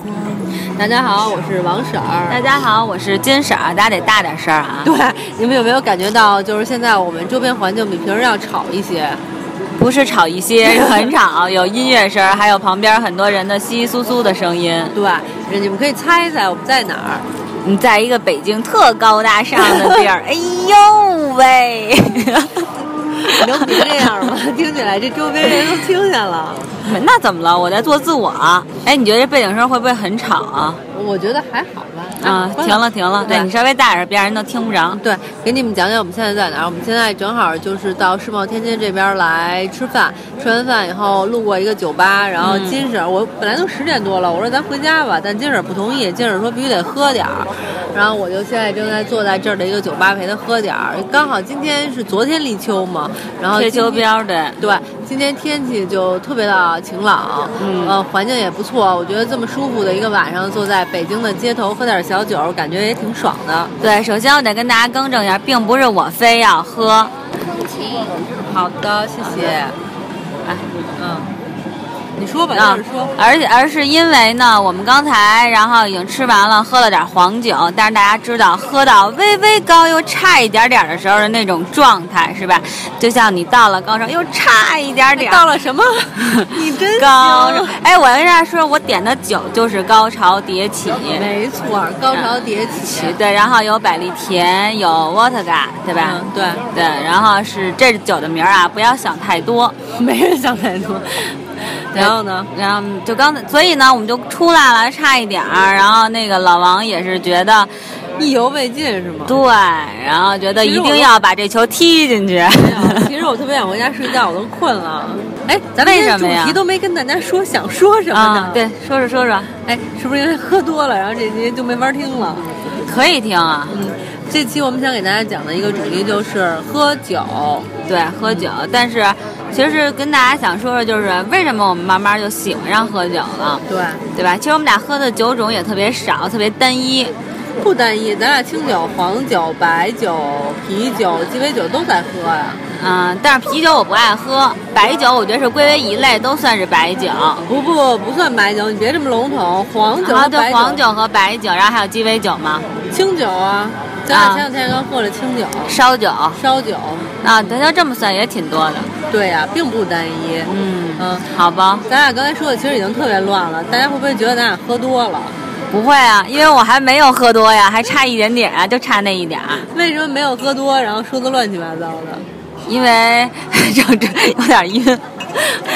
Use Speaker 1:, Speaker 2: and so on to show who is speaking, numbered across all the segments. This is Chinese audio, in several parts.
Speaker 1: 光。
Speaker 2: 大家好，我是王婶儿。
Speaker 3: 大家好，我是金婶儿，大家得大点声儿啊！
Speaker 2: 对，你们有没有感觉到，就是现在我们周边环境比平时要吵一些？
Speaker 3: 不是吵一些，是很吵，有音乐声儿，还有旁边很多人的稀稀疏疏的声音。
Speaker 2: 对，你们可以猜一猜我们在哪 儿？
Speaker 3: 你在一个北京特高大上的地 儿，哎呦喂！
Speaker 2: 你能别这样吗？听起来这周边人都听见了。
Speaker 3: 那怎么了？我在做自我。哎，你觉得这背景声会不会很吵啊？
Speaker 2: 我觉得还好吧。
Speaker 3: 啊，
Speaker 2: 关
Speaker 3: 停了停了，对
Speaker 2: 对
Speaker 3: 你稍微大点，别让人都听不着。
Speaker 2: 对，给你们讲讲我们现在在哪儿。我们现在正好就是到世贸天阶这边来吃饭，吃完饭以后路过一个酒吧，然后
Speaker 3: 嗯
Speaker 2: 金婶儿，我本来都十点多了，我说咱回家吧，但金婶儿不同意，金婶儿说必须得喝点儿，然后我就现在正在坐在这儿的一个酒吧陪她喝点儿。刚好今天是昨天立秋嘛，然后
Speaker 3: 贴
Speaker 2: 今
Speaker 3: 秋
Speaker 2: 天
Speaker 3: 膘，对，
Speaker 2: 对，今天天气就特别的晴朗，
Speaker 3: 嗯
Speaker 2: 呃，环境也不错。我觉得这么舒服的一个晚上，坐在北京的街头喝点小酒，感觉也挺爽的。
Speaker 3: 对，首先我得跟大家更正一下，并不是我非要喝。
Speaker 2: 好的，谢谢。哎，嗯，你说吧，
Speaker 3: 啊
Speaker 2: 接着说。，
Speaker 3: 而且而是因为呢，我们刚才然后已经吃完了，喝了点黄酒，但是大家知道，喝到微微高又差一点点的时候的那种状态，是吧？就像你到了高烧又差一点点，
Speaker 2: 哎到了什么？ 你真
Speaker 3: 高
Speaker 2: 行
Speaker 3: 潮。哎，我跟大家说，我点的酒就是高潮迭起。
Speaker 2: 没错，高潮迭起。
Speaker 3: 对，然后有百利甜，有伏特加，对吧？
Speaker 2: 嗯，对，
Speaker 3: 对，然后是这是酒的名儿啊，不要想太多。
Speaker 2: 没人想太多。然后呢？？
Speaker 3: 然后就刚才，所以呢，我们就出来了，差一点儿。然后那个老王也是觉得
Speaker 2: 意犹未尽是吗？
Speaker 3: 对，然后觉得一定要把这球踢进去。
Speaker 2: 啊其实我特别想回家睡觉，我都困了。哎，咱们
Speaker 3: 为什么呀
Speaker 2: 主题都没跟大家说想说什么呢
Speaker 3: 啊，？，对，说说说说，
Speaker 2: 哎，是不是因为喝多了，然后这集就没法听了？
Speaker 3: 可以听啊。
Speaker 2: 嗯，这期我们想给大家讲的一个主题就是喝酒。
Speaker 3: 对，喝酒，但是其实跟大家想说说，就是为什么我们慢慢就喜欢上喝酒了，
Speaker 2: 对，
Speaker 3: 对吧？其实我们俩喝的酒种也特别少，特别单一。
Speaker 2: 不单一，咱俩清酒、黄酒、白酒、啤酒、鸡尾酒都在喝啊呀、
Speaker 3: 嗯，但是啤酒我不爱喝，白酒我觉得是归为一类，都算是白酒。
Speaker 2: 不不不，不算白酒，你别这么笼统。黄酒
Speaker 3: 然后
Speaker 2: 和
Speaker 3: 啊对
Speaker 2: 白
Speaker 3: 黄酒和白酒，然后还有鸡尾酒嘛，
Speaker 2: 清酒啊，咱俩
Speaker 3: 啊
Speaker 2: 前两天刚喝了清酒、
Speaker 3: 烧酒
Speaker 2: 烧酒。
Speaker 3: 啊，咱要这么算也挺多的。
Speaker 2: 对呀、并不单一。
Speaker 3: 嗯，
Speaker 2: 嗯，
Speaker 3: 好吧，
Speaker 2: 咱俩刚才说的其实已经特别乱了，大家会不会觉得咱俩喝多了？
Speaker 3: 不会啊，因为我还没有喝多呀，还差一点点啊，就差那一点儿，
Speaker 2: 为什么没有喝多，然后说的乱七八糟的？
Speaker 3: 因为 就这有点晕。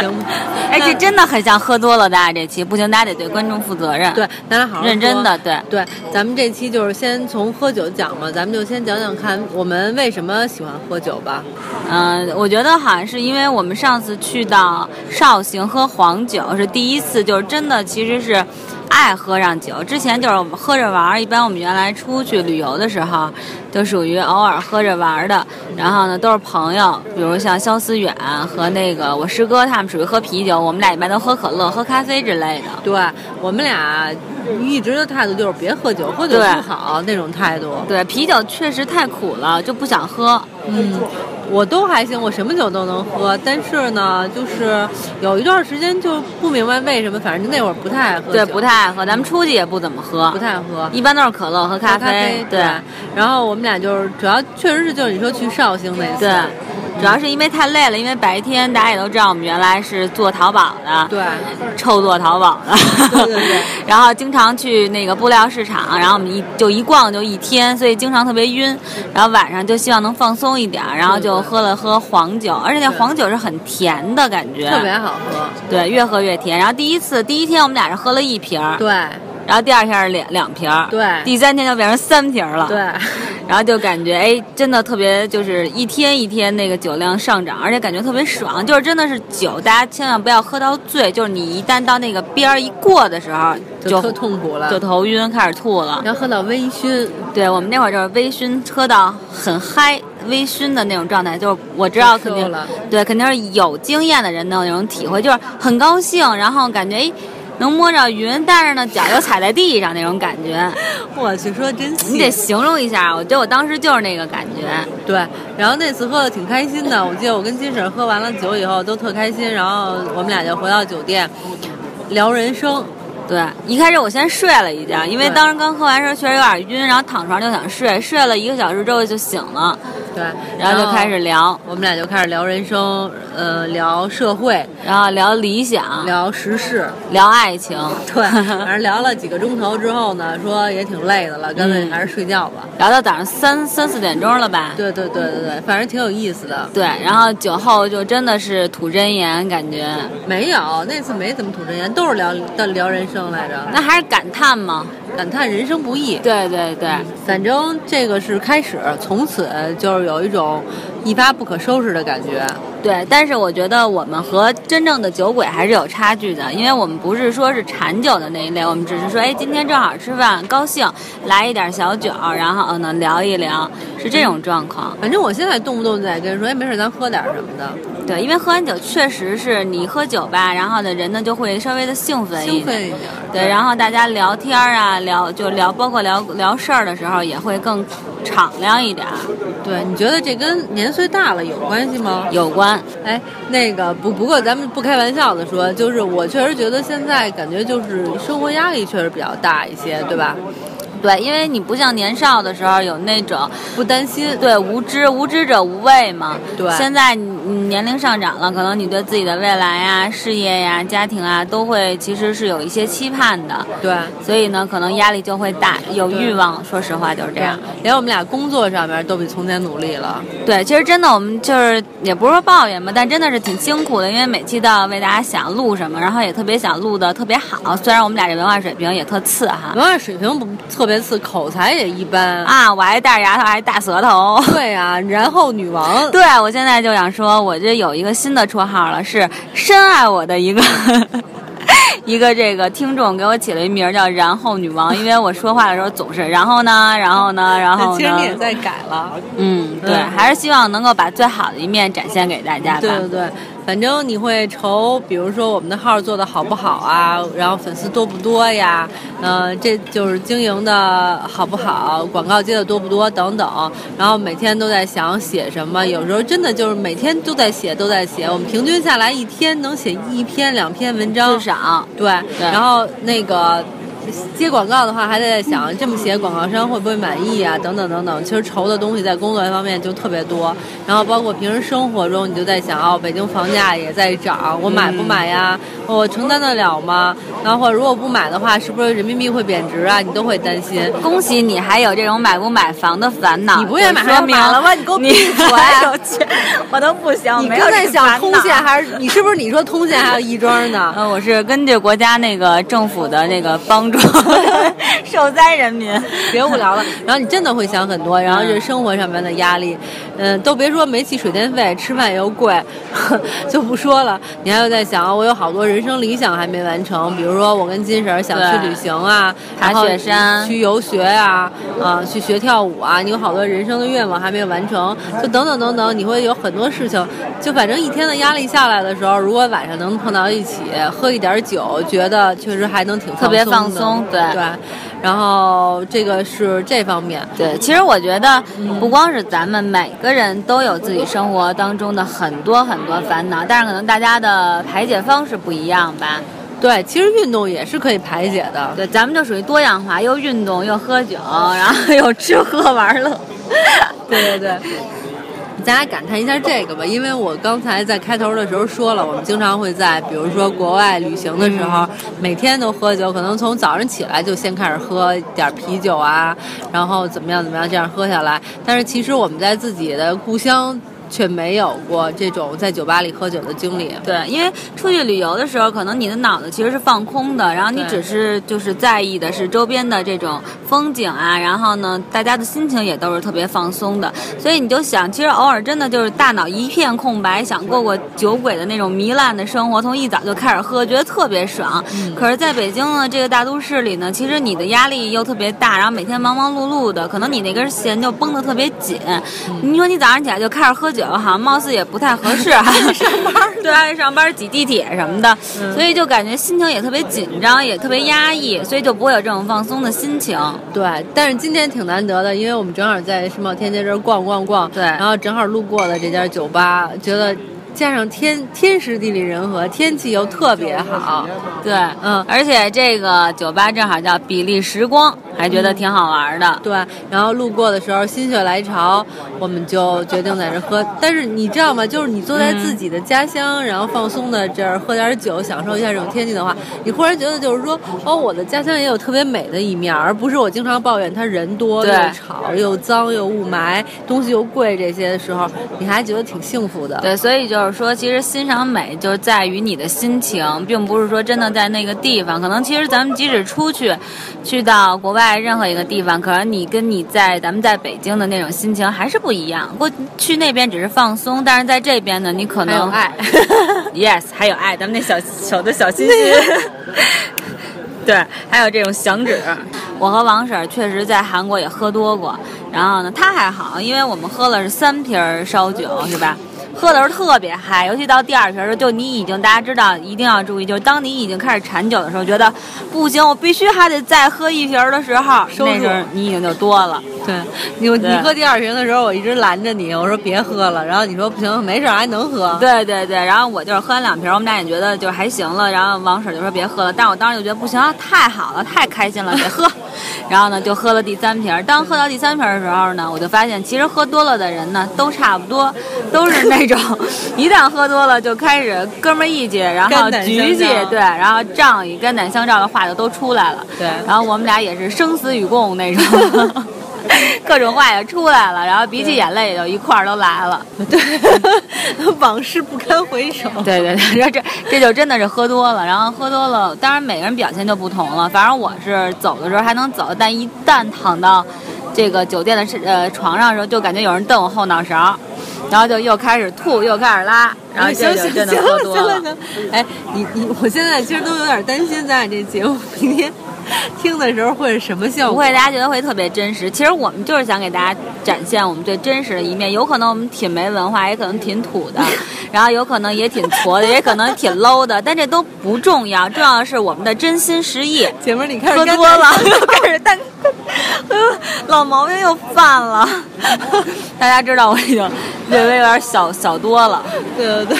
Speaker 2: 行吧，
Speaker 3: 哎，
Speaker 2: 那
Speaker 3: 这真的很像喝多了的啊！这期不行，大家得对观众负责任。
Speaker 2: 对，咱俩好好说
Speaker 3: 认真的对
Speaker 2: 对，咱们这期就是先从喝酒讲嘛，咱们就先讲讲看我们为什么喜欢喝酒吧。
Speaker 3: 嗯、我觉得好像是因为我们上次去到绍兴喝黄酒是第一次，就是真的其实是爱喝上酒。之前就是我们喝着玩儿，一般我们原来出去旅游的时候，就属于偶尔喝着玩儿的。然后呢，都是朋友，比如像肖思远和那个我师哥他们属于喝啤酒，我们俩一般都喝可乐、喝咖啡之类的。
Speaker 2: 对我们俩一直的态度就是别喝酒，喝酒
Speaker 3: 对
Speaker 2: 不好那种态度。
Speaker 3: 对，啤酒确实太苦了，就不想喝。
Speaker 2: 嗯，我都还行，我什么酒都能喝，但是呢，就是有一段时间就不明白为什么，反正那会儿不太爱喝
Speaker 3: 对，
Speaker 2: 酒，
Speaker 3: 不太爱喝，咱们出去也不怎么喝，
Speaker 2: 不太喝。
Speaker 3: 一般都是可乐和咖
Speaker 2: 喝啡
Speaker 3: 对
Speaker 2: 然后我们俩就是主要确实是就是你说去绍兴那次，
Speaker 3: 对主要是因为太累了，因为白天大家也都知道我们原来是做淘宝的，
Speaker 2: 对
Speaker 3: 臭做淘宝的，
Speaker 2: 对对对
Speaker 3: 然后经常去那个布料市场，然后我们一就一逛就一天，所以经常特别晕。然后晚上就希望能放松一点儿，然后就
Speaker 2: 对对
Speaker 3: 喝了喝黄酒，而且那
Speaker 2: 对
Speaker 3: 黄酒是很甜的感觉，
Speaker 2: 特别好喝。
Speaker 3: 对，越喝越甜。然后第一次第一天我们俩是喝了一瓶儿，
Speaker 2: 对
Speaker 3: 然后第二天是两两瓶儿，
Speaker 2: 对
Speaker 3: 第三天就变成三瓶儿了，
Speaker 2: 对，
Speaker 3: 然后就感觉哎，真的特别就是一天一天那个酒量上涨，而且感觉特别爽，就是真的是酒，大家千万不要喝到醉，就是你一旦到那个边儿一过的时候，
Speaker 2: 就
Speaker 3: 就
Speaker 2: 特痛苦了
Speaker 3: 就，头晕，开始吐了。
Speaker 2: 然后喝到微 醺，
Speaker 3: 对我们那会儿就是微醺，喝到很嗨、微醺的那种状态，就是我知道肯
Speaker 2: 受
Speaker 3: 定
Speaker 2: 了
Speaker 3: 对，肯定是有经验的人能有那种体会，就是很高兴，然后感觉哎，能摸着云，但是呢脚又踩在地上那种感觉。
Speaker 2: 我去，说真
Speaker 3: 你得形容一下，我觉得我当时就是那个感觉。
Speaker 2: 对，然后那次喝的挺开心的，我记得我跟金婶喝完了酒以后都特开心，然后我们俩就回到酒店聊人生，
Speaker 3: 对，一开始我先睡了一觉，因为
Speaker 2: 对
Speaker 3: 当时刚喝完时候确实有点晕，然后躺床上就想睡，睡了一个小时之后就醒了，
Speaker 2: 对，
Speaker 3: 然
Speaker 2: 哦
Speaker 3: 后就开始，聊，
Speaker 2: 我们俩就开始聊人生，呃，聊社会，
Speaker 3: 然后聊理想，
Speaker 2: 聊时 事，
Speaker 3: 聊爱情，
Speaker 2: 对，反正聊了几个钟头之后呢，说也挺累的了，干脆
Speaker 3: 嗯
Speaker 2: 还是睡觉吧。
Speaker 3: 聊到早上三三四点钟了吧？
Speaker 2: 对对对对对，反正挺有意思的。
Speaker 3: 对，然后酒后就真的是吐真言，感觉
Speaker 2: 没有，那次没怎么吐真言，都是聊的聊人生来着，
Speaker 3: 那还是感叹嘛。
Speaker 2: 感叹人生不易。
Speaker 3: 对对对，
Speaker 2: 反正这个是开始，从此就是有一种一发不可收拾的感觉。
Speaker 3: 对，但是我觉得我们和真正的酒鬼还是有差距的，因为我们不是说是馋酒的那一类，我们只是说，哎，今天正好吃饭，高兴，来一点小酒，然后呃呢聊一聊，是这种状况。
Speaker 2: 反正我现在动不动在跟人说，哎，没事，咱喝点什么的，
Speaker 3: 对，因为喝完酒确实是你喝酒吧，然后呢人呢就会稍微的兴奋一点。
Speaker 2: 兴奋一点。
Speaker 3: 对，然后大家聊天儿啊，聊就聊，包括聊聊事儿的时候，也会更敞亮一点儿，
Speaker 2: 对，你觉得这跟年岁大了有关系吗？
Speaker 3: 有关。
Speaker 2: 哎，那个不不过咱们不开玩笑的说，就是我确实觉得现在感觉就是生活压力确实比较大一些，对吧？
Speaker 3: 对，因为你不像年少的时候有那种
Speaker 2: 不担心，
Speaker 3: 对无知，无知者无畏嘛。
Speaker 2: 对
Speaker 3: 现在你你年龄上涨了，可能你对自己的未来呀、事业呀、家庭啊，都会其实是有一些期盼的。
Speaker 2: 对。
Speaker 3: 所以呢，可能压力就会大，有
Speaker 2: 对
Speaker 3: 欲望。说实话就是这
Speaker 2: 这样
Speaker 3: 样。，
Speaker 2: 连我们俩工作上面都比从前努力了。
Speaker 3: 对，其实真的我们就是也不是说抱怨吧，但真的是挺辛苦的，因为每期都要为大家想录什么，然后也特别想录的特别好。虽然我们俩这文化水平也特次哈，
Speaker 2: 文化水平不特别次，口才也一般。
Speaker 3: 啊，我还戴着牙套，还大舌头。
Speaker 2: 对啊，然后女 王，
Speaker 3: 对，我现在就想说，我这有一个新的绰号了，是深爱我的一个 一个这个听众给我起了一名儿叫“然后女王”，因为我说话的时候总是然后呢，然后呢，然后
Speaker 2: 其实你也
Speaker 3: 呢，
Speaker 2: 在改了。
Speaker 3: 嗯，对，
Speaker 2: 嗯
Speaker 3: 还是希望能够把最好的一面展现给大家吧。
Speaker 2: 对对对，反正你会愁，比如说我们的号做的好不好啊，然后粉丝多不多呀，呃，这就是经营的好不好，广告接的多不多等等，然后每天都在想写什么，有时候真的就是每天都在写，都在写，我们平均下来一天能写一篇两篇文章
Speaker 3: 至，少
Speaker 2: 啊对，
Speaker 3: 对
Speaker 2: 然后那个。接广告的话，还得在想这么写广告商会不会满意啊，等等等等。其实愁的东西在工作方面就特别多，然后包括平时生活中，你就在想哦，北京房价也在涨，我买不买呀？我承担得了吗？然后或者如果不买的话，是不是人民币会贬值啊？你都会担心。
Speaker 3: 恭喜你还有这种买不买房的烦恼。
Speaker 2: 你不愿意买
Speaker 3: 就说明
Speaker 2: 还是买了吧你给我闭嘴
Speaker 3: 有钱我都不 行，
Speaker 2: 你
Speaker 3: 没
Speaker 2: 刚
Speaker 3: 有
Speaker 2: 才
Speaker 3: 这
Speaker 2: 想
Speaker 3: 烦
Speaker 2: 通
Speaker 3: 恼
Speaker 2: 县。还是你是不是你说通县还有亦庄呢？
Speaker 3: 呃，我是根据国家那个政府的那个帮助， 受灾人民。
Speaker 2: 别无聊了。然后你真的会想很多，然后
Speaker 3: 嗯
Speaker 2: 就是生活上面的压力，嗯，都别说煤气、水电费，吃饭又贵， 就不说了。你还有在想，我有好多人生理想还没完成，比如说我跟金婶儿想去
Speaker 3: 对
Speaker 2: 旅行啊，
Speaker 3: 爬
Speaker 2: 然后
Speaker 3: 雪山
Speaker 2: 去游学啊，啊、去学跳舞啊，你有好多人生的愿望还没有完成，就等等等等，你会有很多事情。就反正一天的压力下来的时候，如果晚上能碰到一起喝一点儿酒，觉得确实还能挺
Speaker 3: 特别
Speaker 2: 放
Speaker 3: 放松
Speaker 2: 的
Speaker 3: 对
Speaker 2: 对。然后这个是这方面，
Speaker 3: 对，其实我觉得不光是咱们每个人都有自己生活当中的很多很多烦恼，但是可能大家的排解方式不一样吧。
Speaker 2: 对，其实运动也是可以排解的。
Speaker 3: 对，咱们就属于多样化，又运动又喝酒，然后又吃喝玩乐。
Speaker 2: 对对对。咱俩感叹一下这个吧，因为我刚才在开头的时候说了，我们经常会在比如说国外旅行的时
Speaker 3: 嗯
Speaker 2: 候，每天都喝酒，可能从早上起来就先开始喝点啤酒啊，然后怎么样怎么样这样喝下来。但是其实我们在自己的故乡却没有过这种在酒吧里喝酒的经历。
Speaker 3: 对，因为出去旅游的时候，可能你的脑子其实是放空的，然后你
Speaker 2: 对
Speaker 3: 只是就是在意的是周边的这种风景啊，然后呢，大家的心情也都是特别放松的，所以你就想，其实偶尔真的就是大脑一片空白，想过过酒鬼的那种糜烂的生活，从一早就开始喝，觉得特别爽。可是在北京呢，这个大都市里呢，其实你的压力又特别大，然后每天忙忙碌碌的，可能你那根弦就绷得特别紧。你说你早上起来就开始喝酒，好像貌似也不太合适，还得上 班，嗯对，还得上班挤地铁什么的，所以就感觉心情也特别紧张，也特别压抑，所以就不会有这种放松的心情。
Speaker 2: 对，但是今天挺难得的，因为我们正好在世贸天阶这儿逛逛逛，
Speaker 3: 对
Speaker 2: 然后正好路过了这家酒吧，觉得加上天天时地利人和，天气又特别好，
Speaker 3: 对，
Speaker 2: 嗯
Speaker 3: 而且这个酒吧正好叫比利时光，还觉得挺好玩的。
Speaker 2: 对，然后路过的时候心血来潮，我们就决定在这儿喝。但是你知道吗？就是你坐在自己
Speaker 3: 嗯
Speaker 2: 的家乡，然后放松的这儿喝点酒，享受一下这种天气的话，你忽然觉得就是说，哦，我的家乡也有特别美的一面，而不是我经常抱怨它人多又
Speaker 3: 对
Speaker 2: 吵又脏又雾霾，东西又贵这些的时候，你还觉得挺幸福的。
Speaker 3: 对，所以就是说，其实欣赏美就是在于你的心情，并不是说真的在那个地方。可能其实咱们即使出去，去到国外任何一个地方，可能你跟你在咱们在北京的那种心情还是不一样。过去那边只是放松，但是在这边呢，你可
Speaker 2: 还有
Speaker 3: 能
Speaker 2: 爱
Speaker 3: ，yes，还有爱，咱们那小小的 小心心。 对，还有这种响指。我和王婶儿确实在韩国也喝多过，然后呢，她还好，因为我们喝了是三瓶儿烧酒，是吧？喝的时候特别嗨，尤其到第二瓶儿的时候，就你已经大家知道一定要注意，就是当你已经开始馋酒的时候，觉得不行，我必须还得再喝一瓶儿的时候，
Speaker 2: 收
Speaker 3: 那
Speaker 2: 住
Speaker 3: 时候你已经就多了。
Speaker 2: 对，你你
Speaker 3: 对
Speaker 2: 喝第二瓶的时候，我一直拦着你，我说别喝了，然后你说不行，没事儿还能喝。
Speaker 3: 对对对，然后我就是喝完两瓶，我们俩也觉得就是还行了，然后王婶就说别喝了，但我当时就觉得不行，太好了，太开心了，得喝。然后呢，就喝了第三瓶。当喝到第三瓶的时候呢，我就发现其实喝多了的人呢，都差不多，都是那种一旦喝多了就开始哥们儿义气，然后
Speaker 2: 肝胆相
Speaker 3: 局气
Speaker 2: 照，
Speaker 3: 对，然后仗义、肝胆相照的话就都出来了。
Speaker 2: 对
Speaker 3: 然后我们俩也是生死与共 那种，各种话也出来了，然后鼻涕眼泪也就一块儿都来了。
Speaker 2: 对， 往事不堪回首。
Speaker 3: 对对对，这这这就真的是喝多了，然后喝多了，当然每个人表现就不同了。反正我是走的时候还能走，但一旦躺到这个酒店的是呃床上的时候，就感觉有人蹬我后脑勺，然后就又开始吐，又开始拉，然后这就真的喝多了。
Speaker 2: 行。哎，你你，我现在其实都有点担心，咱俩这节目明天听的时候会是什么效
Speaker 3: 不
Speaker 2: 果？
Speaker 3: 会，大家觉得会特别真实。其实我们就是想给大家展现我们最真实的一面。有可能我们挺没文化，也可能挺土 的，然后有可能也挺矬的，也可能挺 low 的，但这都不重要，重要的是我们的真心实意。
Speaker 2: 姐们儿，你开始
Speaker 3: 喝
Speaker 2: 干
Speaker 3: 多了， 开始 但老毛病又犯了。 大家知道我已经略微有点小小多了，
Speaker 2: 对对对。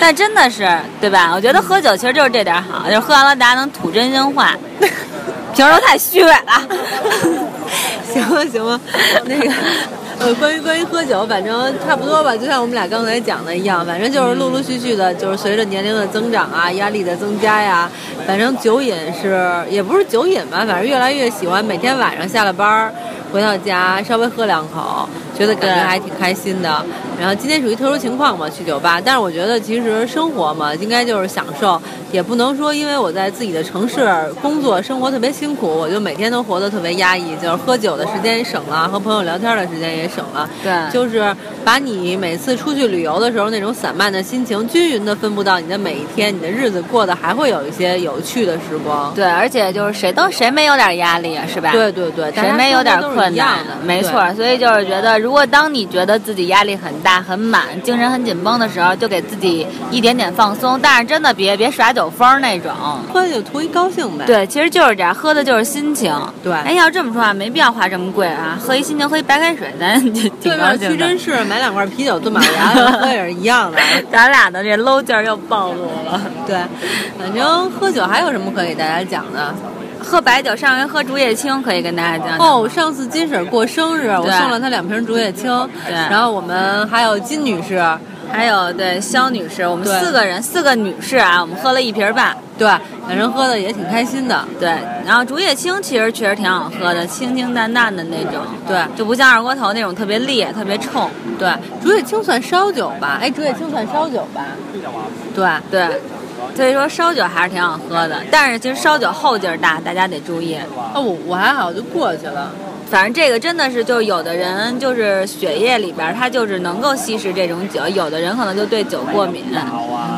Speaker 3: 但真的是对吧？我觉得喝酒其实就是这点好，就是喝完了大家能吐真心话。平时都太虚伪了。
Speaker 2: 行了行了，那个呃，关于关于喝酒，反正差不多吧，就像我们俩刚才讲的一样，反正就是陆陆续续的，就是随着年龄的增长啊，压力的增加呀，反正酒瘾是也不是酒瘾吧，反正越来越喜欢每天晚上下了班儿回到家稍微喝两口，觉得感觉
Speaker 3: 对
Speaker 2: 还挺开心的。然后今天属于特殊情况嘛，去酒吧，但是我觉得其实生活嘛，应该就是享受，也不能说因为我在自己的城市工作生活特别辛苦，我就每天都活得特别压抑，就是喝酒的时间也省了，和朋友聊天的时间也省了，
Speaker 3: 对
Speaker 2: 就是把你每次出去旅游的时候那种散漫的心情，均匀的分布到你的每一天，你的日子过得还会有一些有趣的时光。
Speaker 3: 对，而且就是谁都谁没有点压力啊，是吧？
Speaker 2: 对对对，大
Speaker 3: 谁
Speaker 2: 家
Speaker 3: 没有点
Speaker 2: 生活都是
Speaker 3: 困
Speaker 2: 一样
Speaker 3: 难
Speaker 2: 的，
Speaker 3: 没错
Speaker 2: 对
Speaker 3: 儿。所以就是觉得，如果当你觉得自己压力很大、很满、精神很紧绷的时候，就给自己一点点放松。但是真的别别耍酒疯儿那种。
Speaker 2: 喝酒图一高兴呗。
Speaker 3: 对，其实就是这样，喝的就是心情。
Speaker 2: 对
Speaker 3: 哎，要这么说啊，没必要花这么贵啊，喝一心情，喝一白开水，咱就
Speaker 2: 对
Speaker 3: 挺高
Speaker 2: 面屈
Speaker 3: 兴的
Speaker 2: 臣。氏买两罐啤酒炖马牙， 跟喝也是一样的。
Speaker 3: 咱俩的这 low 劲儿又暴露了。
Speaker 2: 对，反正喝酒还有什么可以给大家讲的？
Speaker 3: 喝白酒，上回喝竹叶青，可以跟大家讲讲。
Speaker 2: 哦，上次金婶过生日，我
Speaker 3: 对
Speaker 2: 送了她两瓶竹叶青，
Speaker 3: 对
Speaker 2: 然后我们还有金女士，
Speaker 3: 还有对肖女士，我们
Speaker 2: 对
Speaker 3: 四个人，四个女士啊，我们喝了一瓶半。
Speaker 2: 对，反正喝的也挺开心的。
Speaker 3: 对，然后竹叶青其实确实挺好喝的，清清淡淡的那种，
Speaker 2: 对
Speaker 3: 就不像二锅头那种特别烈、特别冲。
Speaker 2: 对，竹叶青算烧酒吧？哎，竹叶青算烧酒吧？对
Speaker 3: 对，所以说烧酒还是挺好喝的，但是其实烧酒后劲儿大，大家得注意。
Speaker 2: 啊，我我还好，就过去了。
Speaker 3: 反正这个真的是，就有的人就是血液里边儿他就是能够吸食这种酒，有的人可能就对酒过敏。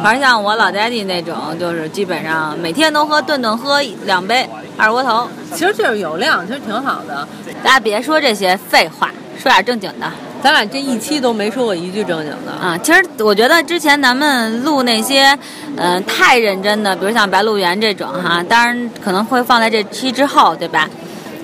Speaker 3: 反正像我老daddy 那种，就是基本上每天都喝，顿顿喝两杯二锅头。
Speaker 2: 其实就是有量，其实挺好的。
Speaker 3: 大家别说这些废话，说点正经的。
Speaker 2: 咱俩这一期都没说过一句正经的。
Speaker 3: 啊，其实我觉得之前咱们录那些，嗯、太认真的，比如像《白鹿原》这种哈，当然可能会放在这期之后，对吧？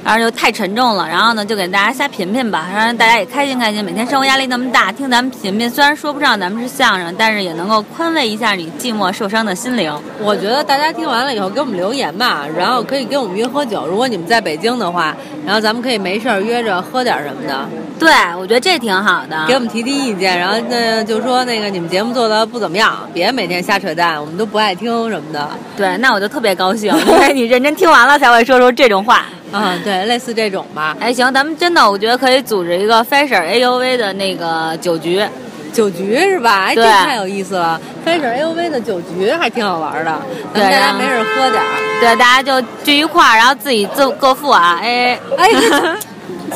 Speaker 3: 然后就太沉重了，然后呢，就给大家瞎品品吧，让大家也开心开心。每天生活压力那么大，听咱们品品，虽然说不上咱们是相声，但是也能够宽慰一下你寂寞受伤的心灵。
Speaker 2: 我觉得大家听完了以后给我们留言吧，然后可以跟我们约喝酒。如果你们在北京的话，然后咱们可以没事儿约着喝点什么的，
Speaker 3: 对，我觉得这挺好的。
Speaker 2: 给我们提提意见。然后那就说那个你们节目做的不怎么样，别每天瞎扯淡，我们都不爱听什么的。
Speaker 3: 对，那我就特别高兴，因为你认真听完了才会说出这种话。
Speaker 2: 啊，对，类似这种吧。
Speaker 3: 哎，行，咱们真的，我觉得可以组织一个 Fashion AUV 的那个酒局。
Speaker 2: 酒局是吧？哎，这
Speaker 3: 对
Speaker 2: 太有意思了。开始 A O V 的酒局还挺好玩的，咱
Speaker 3: 对
Speaker 2: 们大
Speaker 3: 然
Speaker 2: 家
Speaker 3: 后
Speaker 2: 没事儿喝点儿。
Speaker 3: 对，大家就聚一块儿，然后自己自各付啊。哎，
Speaker 2: 哎， 这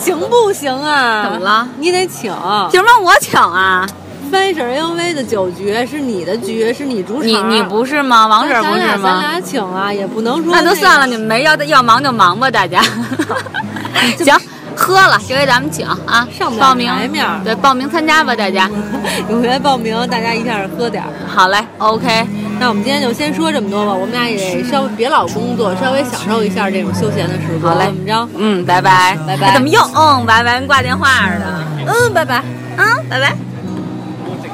Speaker 2: 行不行啊？
Speaker 3: 怎么了？
Speaker 2: 你得请。
Speaker 3: 凭什么我请啊？
Speaker 2: 翻婶 A O V 的酒局是你的局，是你主场。
Speaker 3: 你你不是吗？王婶
Speaker 2: 啊咱
Speaker 3: 儿不是
Speaker 2: 俩咱
Speaker 3: 吗？
Speaker 2: 俩请啊，也不能说
Speaker 3: 那就
Speaker 2: 个
Speaker 3: 算了，你们没要要忙就忙 吧，大家。行，喝了，这回咱们请啊，
Speaker 2: 上不了
Speaker 3: 报名
Speaker 2: 台面儿嗯
Speaker 3: 对，报名参加吧，大家。
Speaker 2: 踊跃报名，大家一下儿喝点儿。
Speaker 3: 好嘞，OK，
Speaker 2: 那我们今天就先说这么多吧，我们俩也稍微别老工作，稍微享受一下这种休闲的时光。
Speaker 3: 好嘞
Speaker 2: 怎么着？
Speaker 3: 嗯，拜拜，
Speaker 2: 拜拜
Speaker 3: 哎怎么又嗯拜拜跟挂电话似的？
Speaker 2: 嗯，拜拜。
Speaker 3: 嗯，拜拜。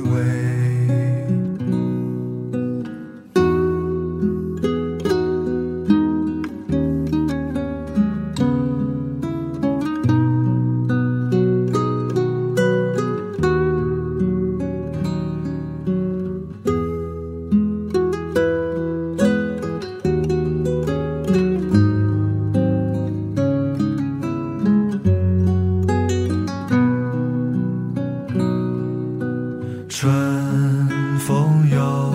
Speaker 1: 偎。春风又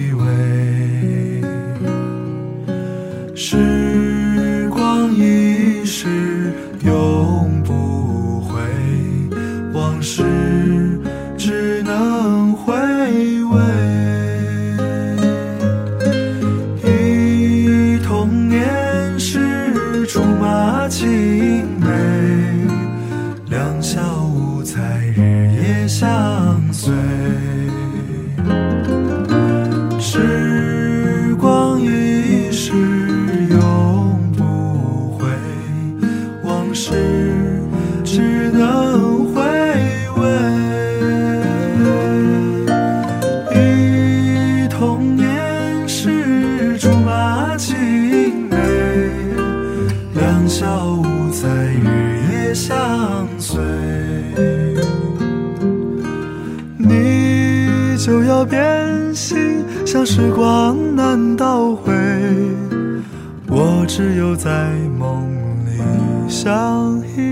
Speaker 1: 偎。时光一逝永不回，往事只能回味。忆童年时竹马青梅，两小无猜日夜相随。时光一逝永不回，往事只能回味。忆童年时竹马青梅，两小无猜日夜相随。你就要变心，像时光难倒回，我只有在梦里相依